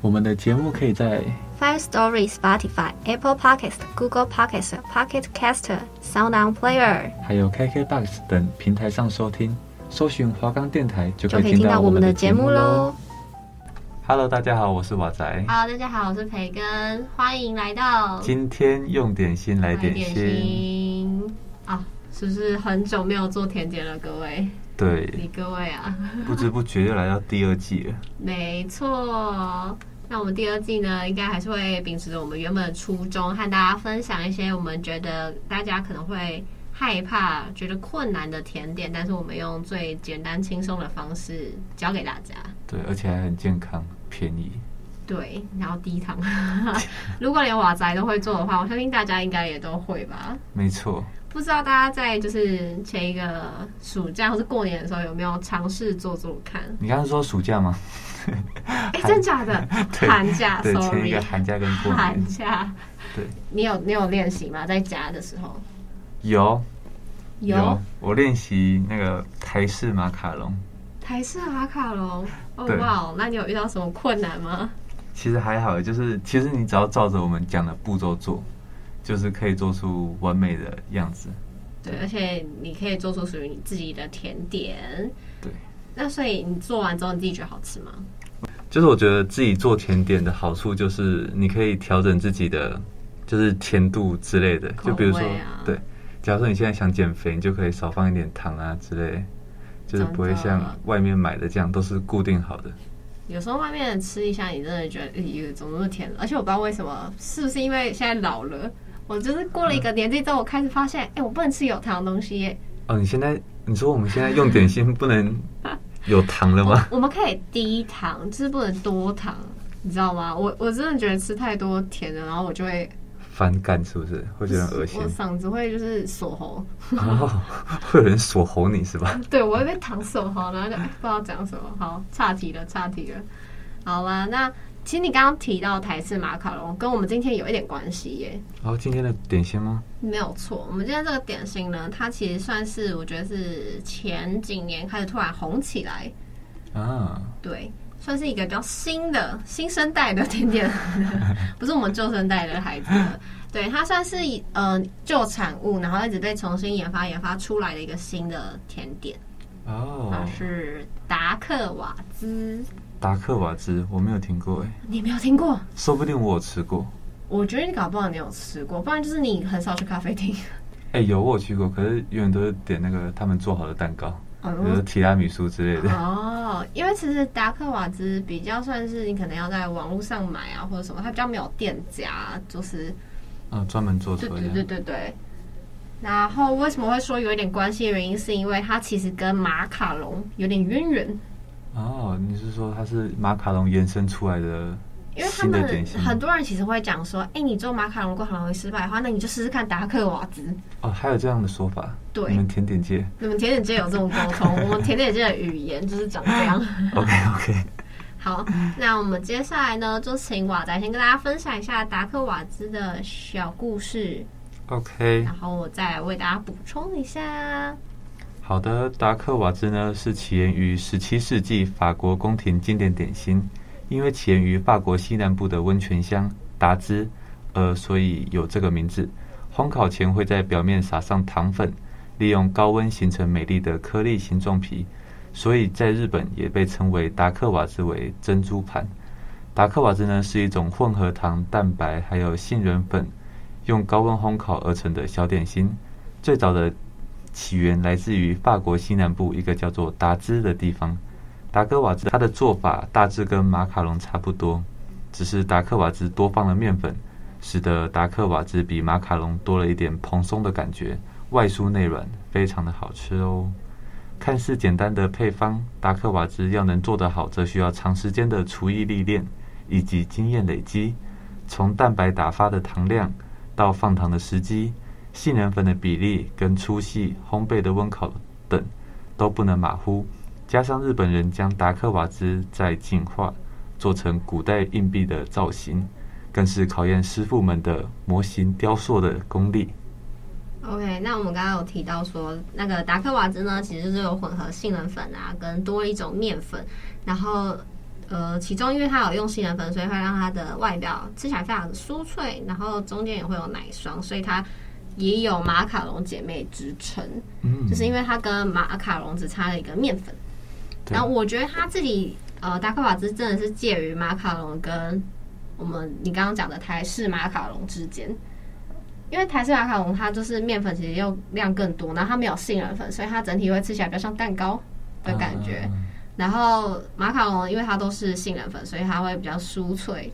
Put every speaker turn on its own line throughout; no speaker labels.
我们的节目可以在
Five Story、Spotify、Apple Podcast、Google Podcast、Pocket Caster、Sound On Player
还有 KKBox 等平台上收听，搜寻华冈电台就
就
可
可
以
以听
听
到
到
我
我
们
们
的
的
节
节
目
目喽。
喽。
Hello，大家好，我是瓦仔，
Hello，大家好，我是培根，欢迎来到
今天用点心来
来
点
点
心。
心啊！是不是很久没有做甜点了，各位？
对，
你各位啊，
不知不觉又来到第二季了。
没错。那我们第二季呢，应该还是会秉持着我们原本的初衷，和大家分享一些我们觉得大家可能会害怕、觉得困难的甜点，但是我们用最简单轻松的方式教给大家。
对，而且还很健康、便宜。
对，然后低糖。如果连瓦仔都会做的话，我相信大家应该也都会吧。
没错，
不知道大家在就是前一个暑假或是过年的时候有没有尝试做做看？
你刚刚说暑假吗？
哎、真假的？
对
寒假
对，前一
，sorry，
个寒假跟过 年
寒。假。
对，
你有你有练习吗？在家的时候
有
有
我练习那个台式马卡龙，
台式马卡龙。哦
对
哇哦，那你有遇到什么困难吗？
其实还好，就是其实你只要照着我们讲的步骤做，就是可以做出完美的样子。
对，而且你可以做出属于你自己的甜点。
对，
那所以你做完之后，你自己觉得好吃吗？
就是我觉得自己做甜点的好处就是你可以调整自己的就是甜度之类的，
口
就比如说、
味啊
对，假如说你现在想减肥，你就可以少放一点糖啊之类。就是不会
真的
像外面买的这样，都是固定好的。
有时候外面吃一下，你真的觉得，咦，怎么那么甜？而且我不知道为什么，是不是因为现在老了？我就是过了一个
嗯
年纪之后，我开始发现，哎、我不能吃有糖的东西耶。
哦，你现在你说我们现在用点心不 能有糖了吗？
我们可以低糖，就是不能多糖，你知道吗？我我真的觉得吃太多甜的，然后我就会，
反感是不是？会觉得很恶心
我。嗓子会就是锁喉，
哦， 会有人锁喉你是吧？
对我会被糖锁喉，然后就、哎不知道讲什么。好，岔题了，岔题了。好啦，那其实你刚刚提到台式马卡龙，跟我们今天有一点关系耶。
然哦后今天的点心吗？
没有错，我们今天这个点心呢，它其实算是我觉得是前几年开始突然红起来，
啊，
对，算是一个比较新的新生代的甜点，不是我们旧生代的孩子了。对，它算是嗯、呃、旧产物，然后一直被重新研发研发出来的一个新的甜点，它
哦，
是达克瓦兹。
达克瓦兹，我没有听过哎，
你没有听过？
说不定我有吃过。
我觉得你搞不好你有吃过，不然就是你很少去咖啡厅。
哎、有我有去过，可是永远都是点那个他们做好的蛋糕，
哦
比如说提拉米苏之类 的。
哦，因为其实达克瓦兹比较算是你可能要在网络上买啊，或者什么，它比较没有店家，就是
嗯，专门做
对
出来
对对
的。
对对。然后为什么会说有一点关系的原因，是因为它其实跟马卡龙有点渊源，
哦，你是说它是马卡龙延伸出来的
因为他
新的
们
点心吗？
很多人其实会讲说，哎，你做马卡龙如果很容易失败的话，那哎你就试试看达克瓦兹。
哦，还有这样的说法？
对
你们甜点 界。
你们甜点界有这种沟通，我们甜点界的语言就是长这 样。
OK OK，
好，那我们接下来呢，就请瓦仔先跟大家分享一下达克瓦兹的小故事，
OK，
然后我再来为大家补充一下。
好的，达克瓦兹呢是起源于17世纪法国宫廷经典点心，因为起源于法国西南部的温泉乡达兹，呃，所以有这个名字。烘烤前会在表面撒上糖粉，利用高温形成美丽的颗粒形状皮，所以在日本也被称为达克瓦兹为珍珠盘。达克瓦兹呢是一种混合糖、蛋白还有杏仁粉，用高温烘烤而成的小点心。最早的起源来自于法国西南部一个叫做达兹的地方。达克瓦兹它的做法大致跟马卡龙差不多，只是达克瓦兹多放了面粉，使得达克瓦兹比马卡龙多了一点蓬松的感觉，外酥内软，非常的好吃哦。看似简单的配方，达克瓦兹要能做得好，则需要长时间的厨艺历练以及经验累积。从蛋白打发的糖量到放糖的时机、杏仁粉的比例跟粗细、烘焙的温烤等，都不能马虎。加上日本人将达克瓦兹再进化，做成古代硬币的造型，更是考验师傅们的模型雕塑的功力。
OK，那我们刚刚有提到说，那个达克瓦兹呢，其实就是有混合杏仁粉啊，跟多一种面粉，然后呃，其中因为它有用杏仁粉，所以会让它的外表吃起来非常的酥脆，然后中间也会有奶霜，所以它也有马卡龙姐妹之称，
嗯
就是因为它跟马卡龙只差了一个面粉。
对
然后我觉得它自己呃，达克瓦兹真的是介于马卡龙跟我们你刚刚讲的台式马卡龙之间，因为台式马卡龙它就是面粉其实又量更多，然后它没有杏仁粉，所以它整体会吃起来比较像蛋糕的感觉。
啊
然后马卡龙因为它都是杏仁粉，所以它会比较酥脆。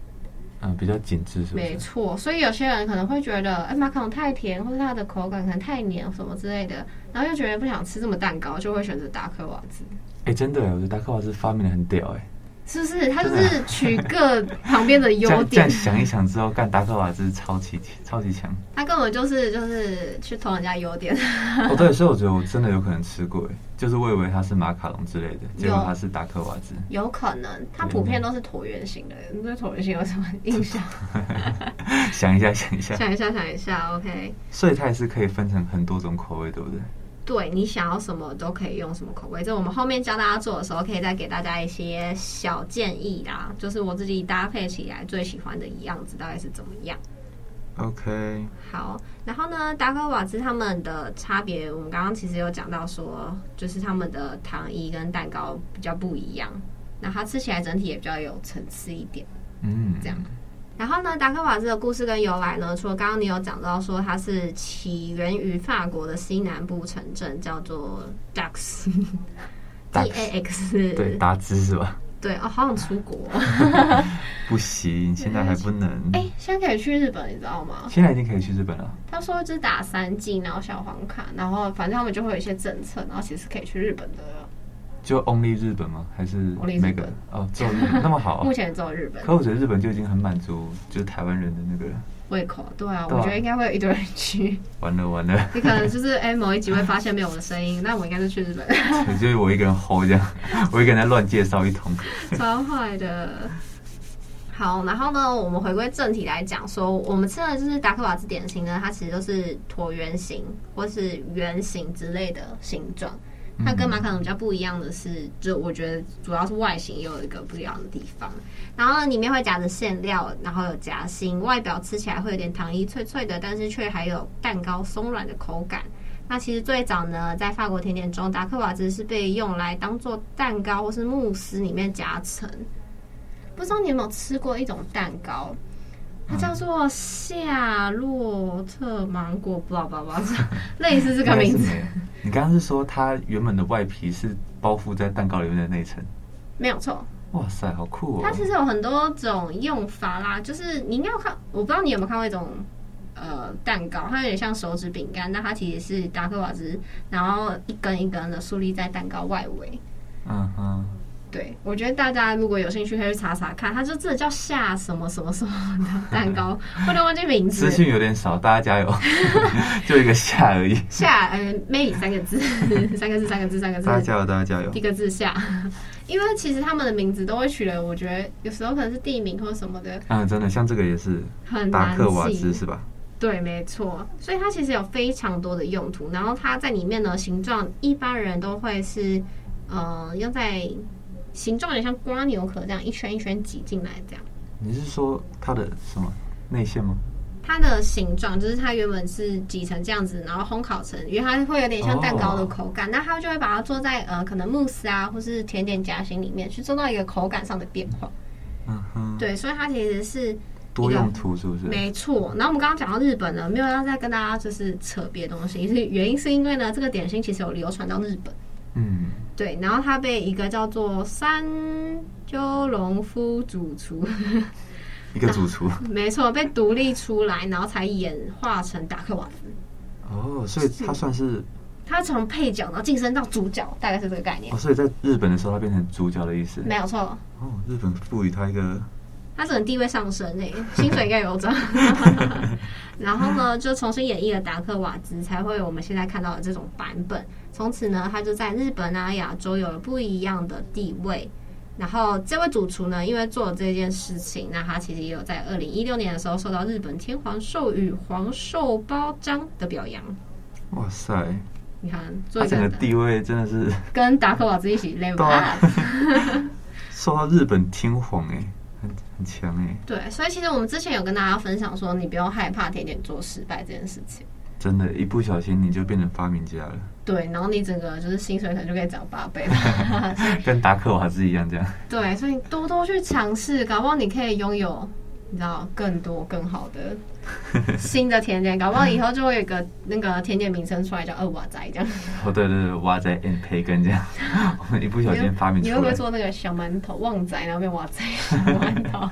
嗯、比较紧致，是不
没
是？
错，所以有些人可能会觉得，哎，马卡龙太甜，或者它的口感可能太黏什么之类的，然后又觉得不想吃这么蛋糕，就会选择达克瓦兹。
哎、真的耶，我觉得达克瓦兹发明的很屌哎。
是不是？它就是取各旁边的
啊 这
优
样这
点
样，想一想之后，干达克瓦兹超级超级 强。
它根本就是就是去偷人家优点。
哦，对，所以我觉得我真的有可能吃过哎，就是我以为它是马卡龙之类的，结果
有
它是达克瓦兹。
有可能，它普
嗯
遍都是椭圆形的。你对椭圆形有什么 印象？
想一下，想一下，
想一下，想一下。OK，
所以它也是可以分成很多种口味，对不对？
对你想要什么都可以用什么口味。这我们后面教大家做的时候，可以再给大家一些小建议啦。就是我自己搭配起来最喜欢的样子大概是怎么样。
OK，
好，然后呢，达克瓦兹他们的差别，我们刚刚其实有讲到说，就是他们的糖衣跟蛋糕比较不一样，那它吃起来整体也比较有层次一点。
嗯，
这样然后呢，达克瓦兹的故事跟由来呢，除了刚刚你有讲到说它是起源于法国的西南部城镇，叫做 Dax，D A X，
对，达兹是吧？
对哦，好想出国，
不行，现在还不能。
哎，现在可以去日本，你知道吗？
现在已经可以去日本了。
他说就是打三剂，然后小黄卡，然后反正他们就会有一些政策，然后其实可以去日本的。
就 only 日本吗？还是
Only
每
日
个
本？
哦，只有日本那么好
目
哦。
前只有日本
可我觉得日本就已经很满足，就是台湾人的那个了。
胃口，对啊，
对啊
我觉得应该会有一堆人去。
完了完了，
你可能就是哎、某一集会发现没有我的声音，那我应该是去 日本，
就是我一个人吼这样， 我一个人在乱介绍一通。
超坏的。好，然后呢，我们回归正题来讲说，我们吃的就是达克瓦兹点心呢，它其实都是椭圆形或是圆形之类的形状。它
嗯
跟马卡龙比较不一样的是，就我觉得主要是外形也有一个不一样的地方。然后里面会夹着馅料，然后有夹心，外表吃起来会有点糖衣脆脆的，但是却还有蛋糕松软的口感。那其实最早呢，在法国甜点中，达克瓦兹是被用来当做蛋糕或是慕斯里面夹层。不知道你有没有吃过一种蛋糕，它叫做夏洛特芒果，不知道不知道不知 道，类似 这个名字
应该。是没有。你刚刚是说它原本的外皮是包覆在蛋糕里面的那一层？
没有错，
哇塞，好酷
它
哦！
其实有很多种用法啦，就是你应该有看，我不知道你有没有看过一种呃蛋糕，它有点像手指饼干，但它其实是达克瓦兹，然后一根一根的竖立在蛋糕外围。
嗯哼，
对，我觉得大家如果有兴趣可以去查查看，它就真的叫下什么什么什么的蛋 糕，或者忘记名
资，
字
讯有点少，大家加 油！就一个下而已，
下呃 May 三个字，三个字，三个字，三个字，
大家加油，大家加油
一！个字下， 因为其实他们的名字都会取了，我觉得有时候可能是地名或什么的，
嗯，真的，像这个也是
很难
达
记。
克瓦兹是吧？
对，没错，所以它其实有非常多的用途。然后它在里面呢，形状一般人都会是，呃，用在形状有点像瓜牛壳这样一圈一圈挤进来这样。
你是说它的什么内馅吗？
它的形状就是它原本是挤成这样子，然后烘烤成，因为它会有点像蛋糕的口感。那它就会把它做在呃，可能慕斯啊，或是甜点夹心里面，去做到一个口感上的变化。
嗯哼，
对，所以它其实是
多用途是不是？
没错，然后我们刚刚讲到日本呢，没有要再跟大家就是扯别的东西，是原因是因为呢，这个点心其实有流传到日本，
嗯，
对，然后它被一个叫做三鸠龙夫主厨，
一个主厨
没错，被独立出来，然后才演化成达克瓦兹，
哦，所以它算是
他从配角然后晋升到主角，大概是这个概念
哦，，所以在日本的时候，它变成主角的意思。
没有错。
哦，日本赋予它一个
他整个地位上升 诶、薪水应该有涨。然后呢，就重新演绎了达克瓦兹，才会有我们现在看到的这种版本。从此呢，他就在日本啊、亚洲有了不一样的地位。然后这位主厨呢，因为做了这件事情，那他其实也有在二零一六年的时候受到日本天皇授予皇寿包章的表扬。
哇塞，
你看，做
它
一
整个
个
地位真的是
跟达克瓦兹一起 level
对
up
啊。受到日本天皇哎、很很强哎、
对，所以其实我们之前有跟大家分享说，你不用害怕甜点做失败这件事情。
真的，一不小心你就变成发明家了，
对，然后你整个就是薪水可能就可以涨八倍吧。所以
跟达克瓦兹一样这样。
对，所以你多多去尝试，搞不好你可以拥有，你知道更多更好的新的甜点，搞不好以后就会有一个那个甜点名称出来叫二瓦仔这样。
哦，对对对，挖在 and 培根这样， 我们一不小心发明
你
出
会不会
来。
做那个小馒头旺仔，然后变瓦仔啊小馒头？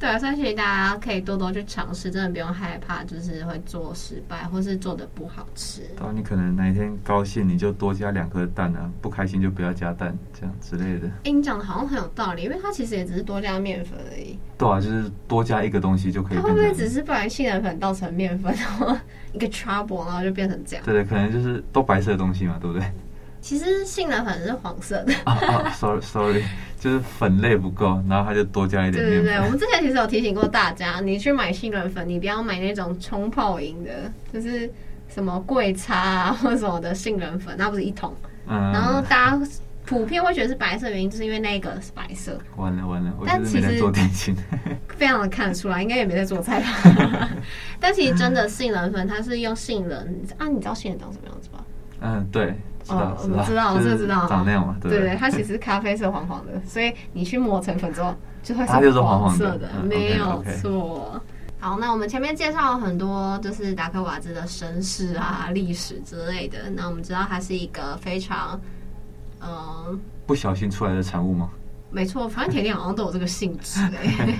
对啊，所以其实大家可以多多去尝试，真的不用害怕，就是会做失败或是做的不好吃。
然后你可能哪一天高兴，你就多加两颗蛋啊；不开心就不要加蛋，这样之类的。
哎、你讲的好像很有道理，因为它其实也只是多加面粉而已。
对啊，就是多加一个东西就可以
它
变成。
会不会只是不然杏仁粉倒成面粉，然后一个 trouble，然后就变成这样？
对对，可能就是都白色的东西嘛，对不对？
其实杏仁粉是黄色的。
啊啊，sorry sorry，就是 粉类不够，然后他就多加一点
对对
面
对，我
粉。
们之前其实有提醒过大家，你去买杏仁粉，你不要买那种冲泡饮的，就是什么桂茶啊或什么的杏仁粉，那不是一桶。
嗯，
然后大家普遍会觉得是白色，原因就是因为那个是白色，
完了完了，我
但
就是没
其
在
实
做点心。
非常的看得出来，应该也没在做菜吧。 但其实真的杏仁粉，它是用杏仁啊，你知道杏仁长什么样子吧？
嗯，对，知道、
哦
知道，
知道
就
这
是
个知道
长那样嘛，对
对
不
对，？它其实咖啡色黄黄的，所以你去磨成粉之后就会
它就是黄黄的
色的，
嗯
没有
OK，OK
错。好，那我们前面介绍了很多，就是达克瓦兹的身世啊、历史之类的。那我们知道它是一个非常，嗯、
不小心出来的产物吗？
没错，反正甜点好像都有这个性 质哎、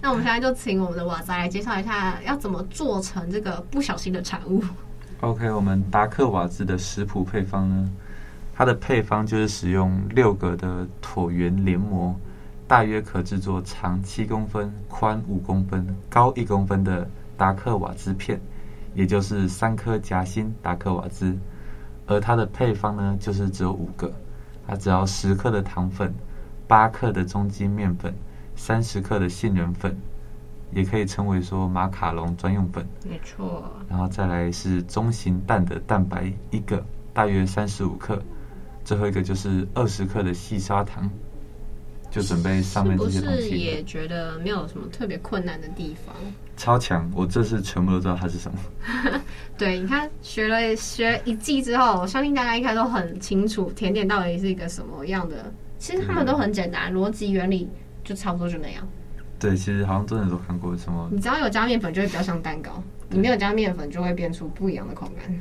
那我们现在就请我们的瓦仔来介绍一下，要怎么做成这个不小心的产物。
OK，我们达克瓦兹的食谱配方呢，它的配方就是使用六个的椭圆连模，大约可制作长七公分、宽五公分、高一公分的达克瓦兹片，也就是三颗夹心达克瓦兹。而它的配方呢，就是只有五个，它只要十克的糖粉、八克的中筋面粉、三十克的杏仁粉，也可以称为说马卡龙专用粉。
没错，
然后再来是中型蛋的蛋白一个，大约三十五克，最后一个就是二十克的细砂糖，就准备上面
是
这
不
些东
是
西
也
了。
觉得没有什么特别困难的地方？
超强！我这次全部都知道它是什么。
对，你看学了学一季之后，我相信大家应该都很清楚甜点到底是一个什么样的。其实他们都很简单，逻辑原理就差不多就那样。
对，其实好像真的都看过什么，
你只要有加面粉，就会比较像蛋糕；你没有加面粉，就会变出不一样的口感。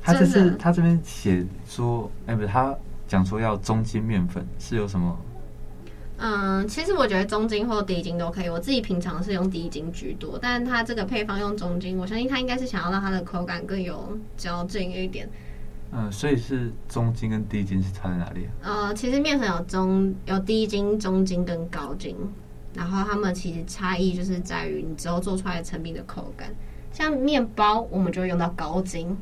他这
真
次
的
他这边写说，哎，不是他讲说要中筋面粉是有什么？
嗯，其实我觉得中筋或低筋都可以。我自己平常是用低筋居多，但它这个配方用中筋，我相信它应该是想要让它的口感更有嚼劲一点。
嗯，所以是中筋跟低筋是差在哪里啊？
呃，其实面粉有中有低筋、中筋跟高筋，然后它们其实差异就是在于你之后做出来的成品的口感。像面包，我们就会用到高筋，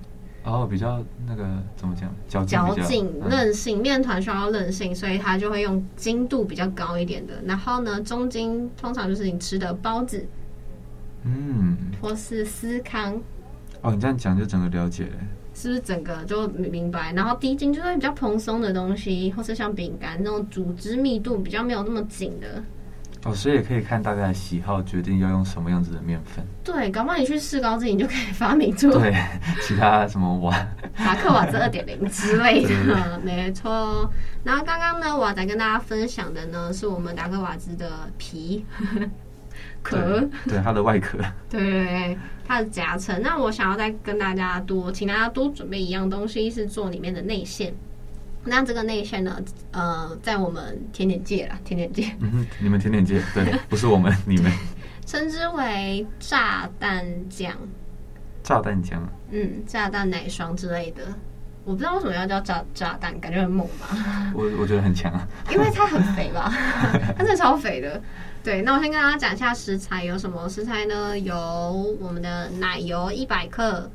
哦，比较那个怎么讲，嚼劲
嚼
比较
劲、
嗯
韧性，面团需要韧性，所以它就会用筋度比较高一点的。然后呢，中筋通常就是你吃的包子
嗯，
或是司康，
哦，你这样讲就整个了解了。
是不是整个就明白？然后低筋就是比较蓬松的东西，或是像饼干那种组织密度比较没有那么紧的。
哦，所以也可以看大家的喜好，决定要用什么样子的面粉。
对，搞不好你去试高自己，你就可以发明出
对， 其他什么碗，
达克瓦兹二点零之类
对
的， 没错。然后刚刚呢，我仔跟大家分享的呢，是我们达克瓦兹的皮壳，
对，对，它的外壳。
对对对，它的夹层。那我想要再跟大家多，请大家多准备一样东西，是做里面的内馅。那这个内馅呢，呃，在我们甜点界啦，甜点界
嗯哼，你们甜点 界，对，不是我们，你们。
称之为炸弹酱。
炸弹酱啊，
嗯，炸弹奶霜之类的。我不知道为什么要叫炸炸弹，感觉很猛 吧？
我我觉得很强啊。
因为它很肥 吧，它真的超肥的。对，那我先跟大家讲一下食材有什么食材呢？有我们的奶油一百克，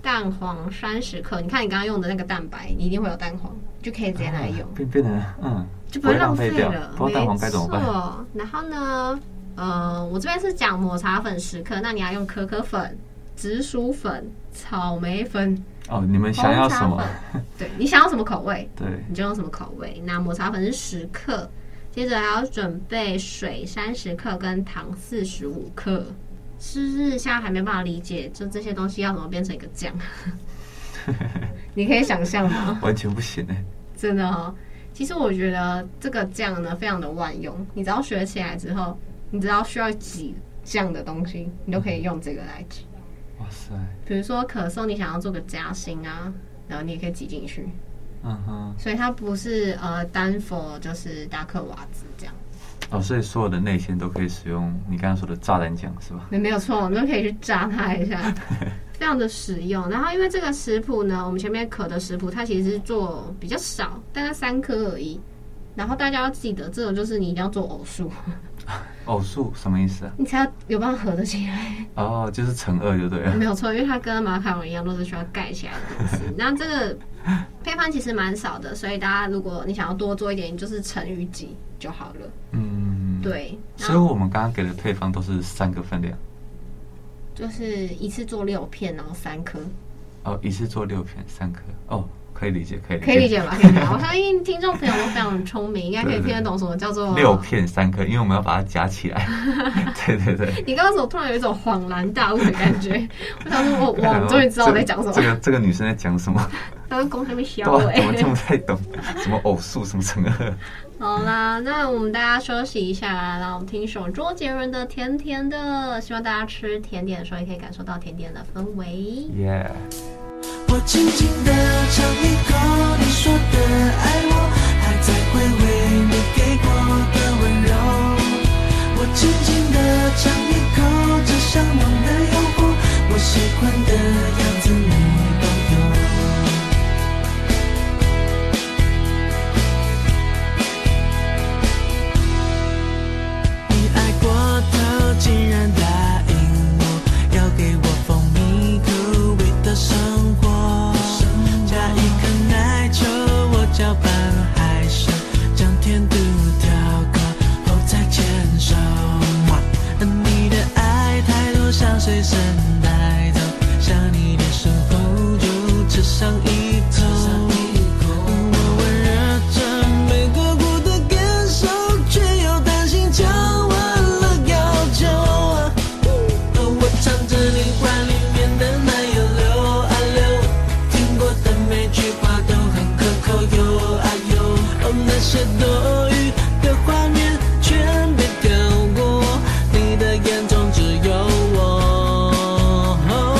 蛋黄三十克。你看你刚刚用的那个蛋白，你一定会有蛋黄，就可以直接来用。
啊变变成嗯，
就不会浪费
掉
了，。
不知道蛋黄该怎么
没
办？
错。然后呢，呃，我这边是讲抹茶粉十克，那你要用可可粉、紫薯粉、草莓粉、
哦，你们想要什
红
么
茶？对你想要什么口味，
对，
你就用什么口味。那抹茶粉是十克，接着还要准备水三十克跟糖四十五克。是不是现在还没办法理解，就这些东西要怎么变成一个酱？你可以想象吗？
完全不行哎。
真的哦。其实我觉得这个酱呢，非常的万用。你只要学起来之后，你只要需要挤酱的东西，你都可以用这个来挤。
哇塞，
比如说可颂，你想要做个夹心啊，然后你也可以挤进去。
嗯哼，
所以它不是呃单 for 就是达克瓦兹这样，
哦，所以所有的内馅都可以使用你刚刚说的炸弹酱是吧？
没没有错，我们就可以去炸它一下，非常的实用。然后因为这个食谱呢，我们前面可的食谱它其实是做比较少，大概三颗而已。然后大家要记得，这种就是你一定要做偶数。
偶数什么意思啊？
你才有办法合得起来。
哦，就是乘二就对了。
没有错，因为它跟马卡龙一样都是需要盖起来的东西。那这个配方其实蛮少的，所以大家如果你想要多做一点，你就是乘以几就好了。
嗯，。
对，然
所以
后
我们刚刚给的配方都是三个分量，
就是一次做六片，然后三颗，
哦，一次做六片，三颗，哦，可以理解，可以理解，
可以理解吧？可以理解吧。我相信听众朋友都非常聪明，应该可以听得懂什么叫做
六。片三颗，因为我们要把它夹起 来。对对对。
你刚刚怎么突然有一种恍然大悟的感觉？我想说，我哇，我终于知道我在讲什
这
么。欸
个这个女生在讲什么？
他说：“公那边小
对啊，
尾。
怎么听不太懂？什么偶数，什么乘二？
好啦，那我们大家休息一下啦，让我们听一首周杰伦的《甜甜的》，希望大家吃甜点的时候也可以感受到甜点的氛围。
耶、
我轻轻地尝一口你说的爱我，还在回味你给过的温柔。我轻轻地尝一口这香浓的诱惑，我喜欢的样子你都有。你爱过头，竟然答应我要给我蜂蜜苦味的生活，加一颗奶球，我搅拌海参，将甜度调高后再牵手。你的爱太多，像随身带走，想你的时候就吃上一口。我温热着每个苦的感受，却又担心讲完了要走。我唱着你怀里面的奶油流啊流，听过的每句话都很可口哟啊哟。哦，那些多余的画面全被跳过，你的眼中只有哦我。哦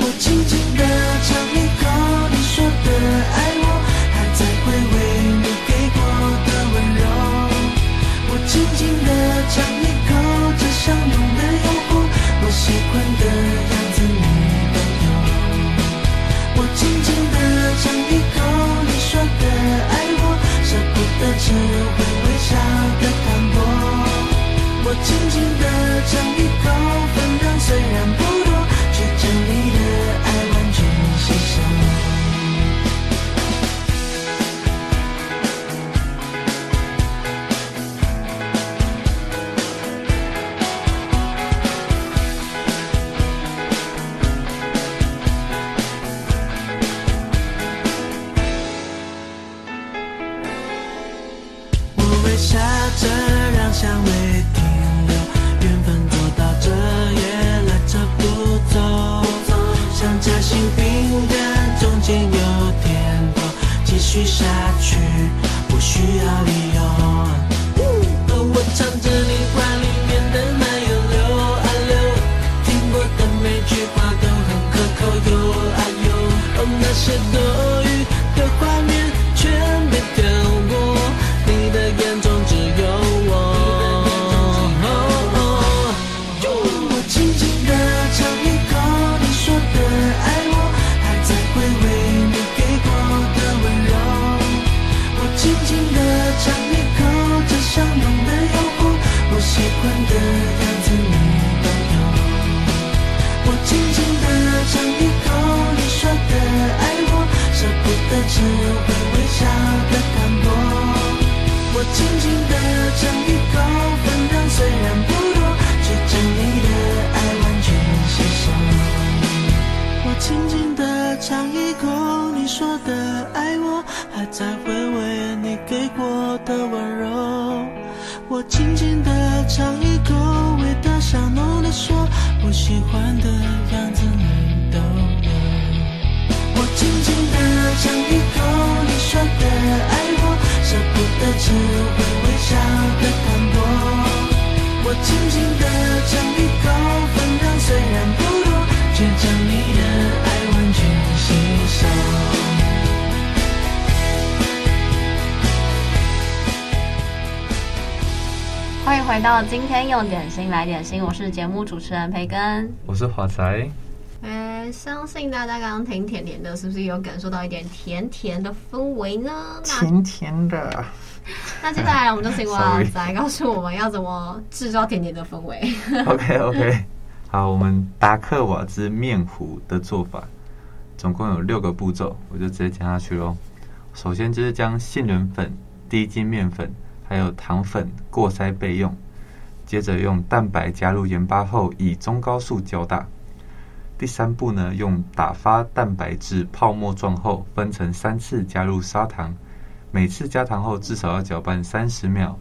我轻轻地尝一口你说的爱我，还在回味你给过的温柔。我轻轻地尝一口这香浓的诱惑，我喜欢的样子你都有。我轻轻地尝一口你说的爱我，舍不得只会微笑的糖果。我轻轻地尝一口，分量虽然不多，却将你的爱完全吸收。我微笑着让香味停留，缘分走到这也赖着不走。像夹心饼干，中间有甜头，继续下去不需要理由。嗯我唱着你怀里面的奶油流啊流，听过的每句话都很可口哟啊哟。哦，那些多余的画面全被跳过，你的眼中只有哦我。我轻轻地尝一口的温柔。我轻轻地尝一口，味道香浓的说，我喜欢的样子你都有。我轻轻地尝一口，你说的爱我，舍不得只会微笑的看我。我轻轻地尝一口，分量虽然不多，却将你的爱完全吸收。
欢迎回到今天用点心来点心，我是节目主持人培根。
我是华仔，
哎，相信大家刚刚听甜甜的，是不是有感受到一点甜甜的氛围呢？那
甜甜的，
那接下来我们就请 王
Sorry
仔告诉我们要怎么制造甜甜的氛围。
OK OK，好，我们达克瓦兹面糊的做法总共有六个步骤，我就直接讲下去喽。首先就是将杏仁粉、低筋面粉还有糖粉过筛备用，接着用蛋白加入盐巴后，以中高速搅打。第三步呢，用打发蛋白质泡沫状后，分成三次加入砂糖，每次加糖后至少要搅拌三十秒，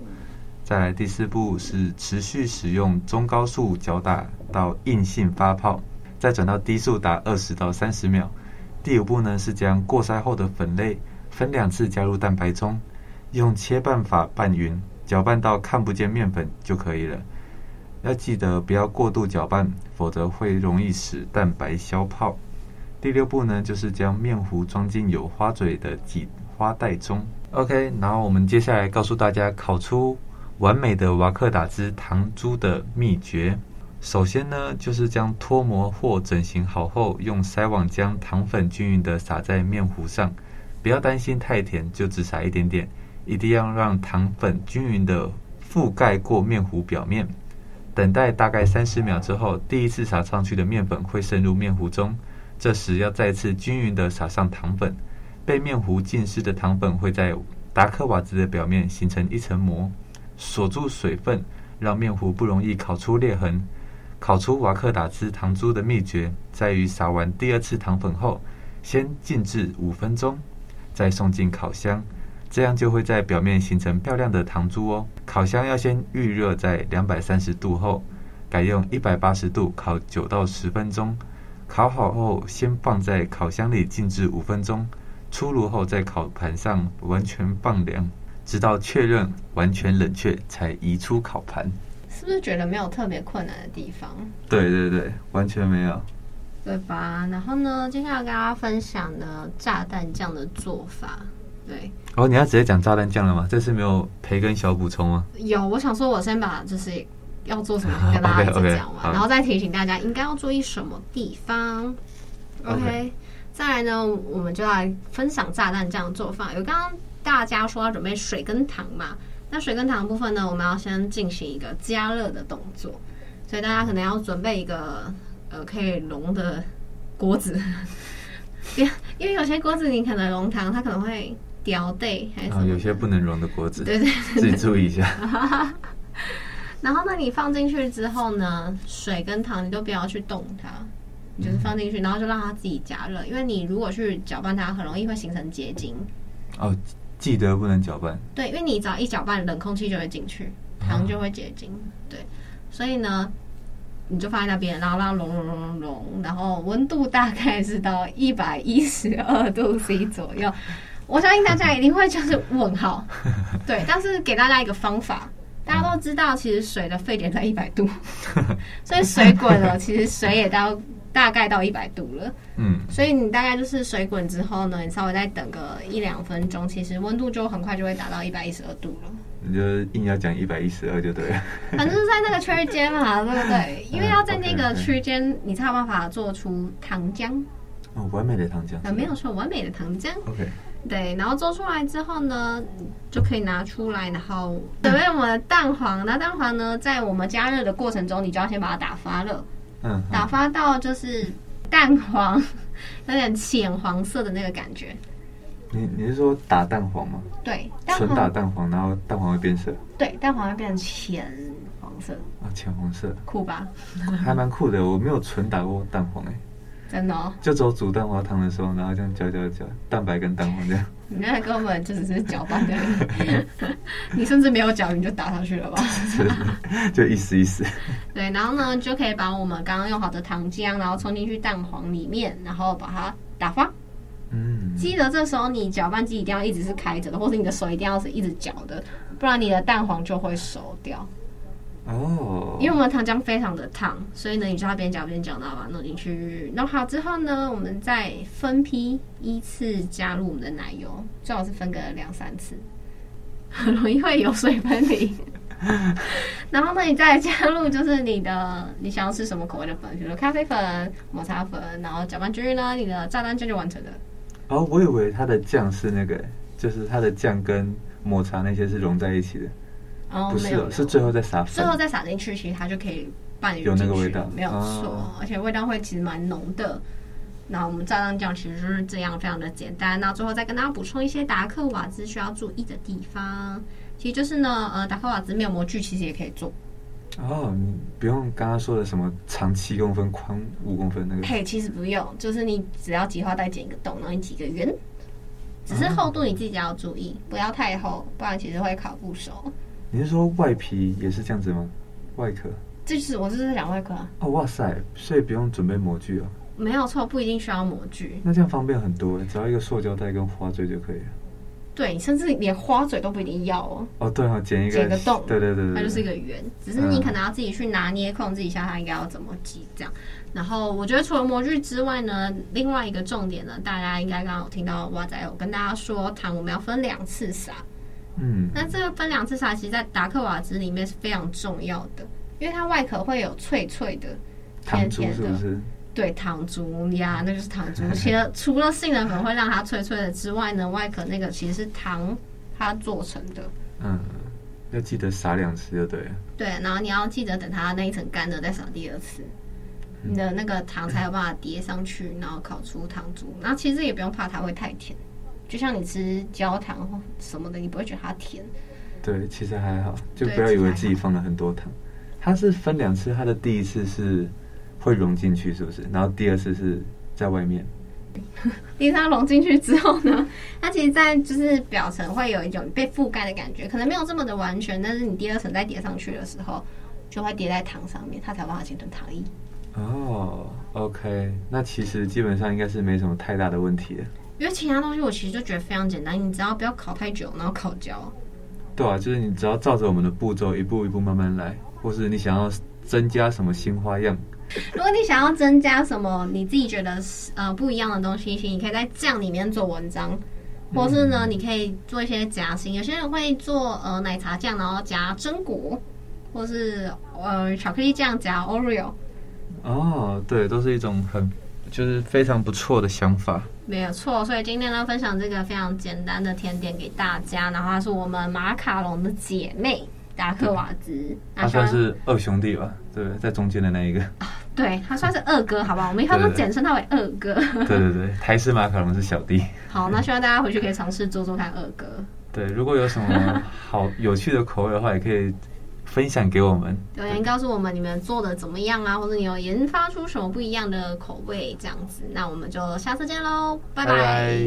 再来第四步是持续使用中高速搅打到硬性发泡，再转到低速打二十到三十秒。第五步呢是将过筛后的粉类分两次加入蛋白中，用切拌法拌匀，搅拌到看不见面粉就可以了。要记得不要过度搅拌，否则会容易使蛋白消泡。第六步呢，就是将面糊装进有花嘴的挤花袋中。OK，然后我们接下来告诉大家烤出完美的瓦克达兹糖珠的秘诀。首先呢，就是将脱模或整形好后，用筛网将糖粉均匀的撒在面糊上，不要担心太甜，就只撒一点点，一定要让糖粉均匀的覆盖过面糊表面。等待大概三十秒之后，第一次撒上去的面粉会渗入面糊中，这时要再次均匀的撒上糖粉。被面糊浸湿的糖粉会在达克瓦兹的表面形成一层膜，锁住水分，让面糊不容易烤出裂痕。烤出瓦克达兹糖珠的秘诀在于撒完第二次糖粉后，先静置五分钟，再送进烤箱，这样就会在表面形成漂亮的糖珠哦。烤箱要先预热在两百三十度后，改用一百八十度烤九到十分钟。烤好后，先放在烤箱里静置五分钟，出炉后在烤盘上完全放凉，直到确认完全冷却才移出烤盘。
是不是觉得没有特别困难的地方？
对对对，完全没有。
对吧？然后呢，接下来跟大家分享呢炸弹酱的做法。对，
哦，你要直接讲炸弹酱了吗？这次没有培根小补充吗？
有我想说，我先把就是要做 什么跟大家一
OK，OK，
起讲完
好
然后再提醒大家应该要注意什么地方。OK，,
OK
再来呢，我们就来分享炸弹酱的做法。有刚刚大家说要准备水跟糖嘛，那水跟糖的部分呢，我们要先进行一个加热的动作，所以大家可能要准备一个呃可以溶的锅子， 因为因为有些锅子你可能溶糖，它可能会掉队还是什
啊，
么的，
有些不能溶的果子，
对对
自己注意一下。
然后呢，你放进去之后呢，水跟糖你都不要去动它，你就是放进去，然后就让它自己加热。因为你如果去搅拌它，很容易会形成结晶。
哦，记得不能搅拌。
对，因为你只要一搅拌，冷空气就会进去，糖就会结晶。对，所以呢，你就放在那边，然后让它融融融融融，然后温度大概是到一百一十二度 C 左右。 我相信大家一定会就是问号，对，但是给大家一个方法，大家都知道，其实水的沸点在一百度，所以水滚了，其实水也到大概到一百度了。
嗯，
所以你大概就是水滚之后呢，你稍微再等个一两分钟，其实温度就很快就会达到一百一十二度了。
你就硬要讲一百一十二就对了。
反正是在那个区间嘛，对不 对？
嗯
因为要在那个
OK，OK
区间，你才有办法做出糖浆，
哦，完美的糖浆。
呃，没有说完美的糖浆。
OK，
对，然后做出来之后呢，就可以拿出来，然后 准备我们的蛋黄。那蛋黄呢，在我们加热的过程中，你就要先把它打发了。
嗯，
打发到就是蛋黄 有点浅黄色的那个感觉。
你你是说打蛋黄吗？
对，蛋
纯打
黄
蛋黄，然后蛋黄会变色
对蛋黄会变成浅黄色，
啊，浅红色，
酷吧？
还蛮酷的。我没有纯打过蛋黄哎、
真的哦。
就只有煮蛋花汤的时候，然后这样搅搅搅，蛋白跟蛋黄这样。
你那根本就只是搅拌的人，你甚至没有搅，你就打上去了吧？
就意思意思。
对，然后呢，就可以把我们刚刚用好的糖浆，然后冲进去蛋黄里面，然后把它打发。
嗯，
记得这时候你搅拌机一定要一直是开着的，或者你的手一定要是一直搅的，不然你的蛋黄就会熟掉。
哦，
因为我们的糖浆非常的烫，所以呢，你就要边搅边搅，然后把它弄进去。弄好之后呢，我们再分批依次加入我们的奶油，最好是分个两三次， 很容易会油水分离。然后呢，你再加入就是你的你想要吃什么口味的粉，比如说咖啡粉、抹茶粉，然后搅拌均匀呢，你的炸弹酱就完成了。
哦，我以为它的酱是那个，就是它的酱跟抹茶那些是融在一起的，
然后
不
没
是
有
哦，是最后再撒粉。
最后再撒进去，其实它就可以拌
有
进去
那
了，
个味道
没有错，
哦
而且味道会其实蛮浓的。那我们炸酱酱其实就是这样，非常的简单。那最后再跟大家补充一些达克瓦兹需要注意的地方，其实就是呢，呃，达克瓦兹面膜剧其实也可以做，
哦，你不用刚刚说的什么长七公分、宽五公分那个。
嘿，其实不用，就是你只要挤花袋剪一个洞，然后你挤个圆，只是厚度你自己要注意，不要太厚，不然其实会烤不熟。
你是说外皮也是这样子吗？外壳？
这就是我就是两外壳啊，
哦，哇塞，所以不用准备模具哦，
没有错，不一定需要模具，
那这样方便很多耶，欸只要一个塑胶袋跟花嘴就可以了。
对，你甚至连花嘴都不一定要哦。
哦，对哦，剪一个，
剪一个洞
对对对对，
它就是一
对
个圆，只是你可能要自己去拿捏控制一下它应该要怎么挤这样。然后我觉得除了模具之外呢，另外一个重点呢，大家应该刚刚有听到蛙仔有跟大家说，糖我们要分两次撒。
嗯，
那这个分两次撒，其实在达克瓦兹里面是非常重要的，因为它外壳会有脆脆的。
糖珠
甜
是
甜
不
的
是？
对糖珠呀，那就是糖珠。其实除了杏仁粉会让它脆脆的之外呢，外壳那个其实是糖它做成的。
嗯，要记得撒两次就对了。
对，然后你要记得等它那一层干了再撒第二次，你的那个糖才有办法叠上去，然后烤出糖珠。然后其实也不用怕它会太甜，就像你吃焦糖或什么的，你不会觉得它甜。
对，其实还好，就
对
不要以为
其实还好
自己放了很多糖。它是分两次，它的第一次是会融进去，是不是？然后第二次是在外面。
第三融进去之后呢，它其实在就是表层会有一种被覆盖的感觉，可能没有这么的完全，但是你第二层再叠上去的时候，就会叠在糖上面，它才有办法形成糖衣。
哦，OK，那其实基本上应该是没什么太大的问题的。
因为其他东西我其实就觉得非常简单，你只要不要烤太久，然后烤焦。
对啊，就是你只要照着我们的步骤一步一步慢慢来，或是你想要增加什么新花样，
如果你想要增加什么你自己觉得呃不一样的东西，其实你可以在酱里面做文章，或是呢，你可以做一些夹心。有些人会做呃奶茶酱，然后夹榛果，或是呃巧克力酱夹 Oreo，
哦，对，都是一种很就是非常不错的想法。
没有错。所以今天呢，分享这个非常简单的甜点给大家，然后它是我们马卡龙的姐妹达克瓦兹，
他
希
算
望
是二兄弟吧，对不对？在中间的那一个，
对它算是二哥，好不好？我们以后都
对对对
简称它为二哥。
对对对，台式马卡龙是小弟。
好，那希望大家回去可以尝试做做看二哥。
对，如果有什么好有趣的口味的话，也可以分享给我们。
留言告诉我们你们做的怎么样啊，或者你有研发出什么不一样的口味这样子，那我们就下次见喽，拜拜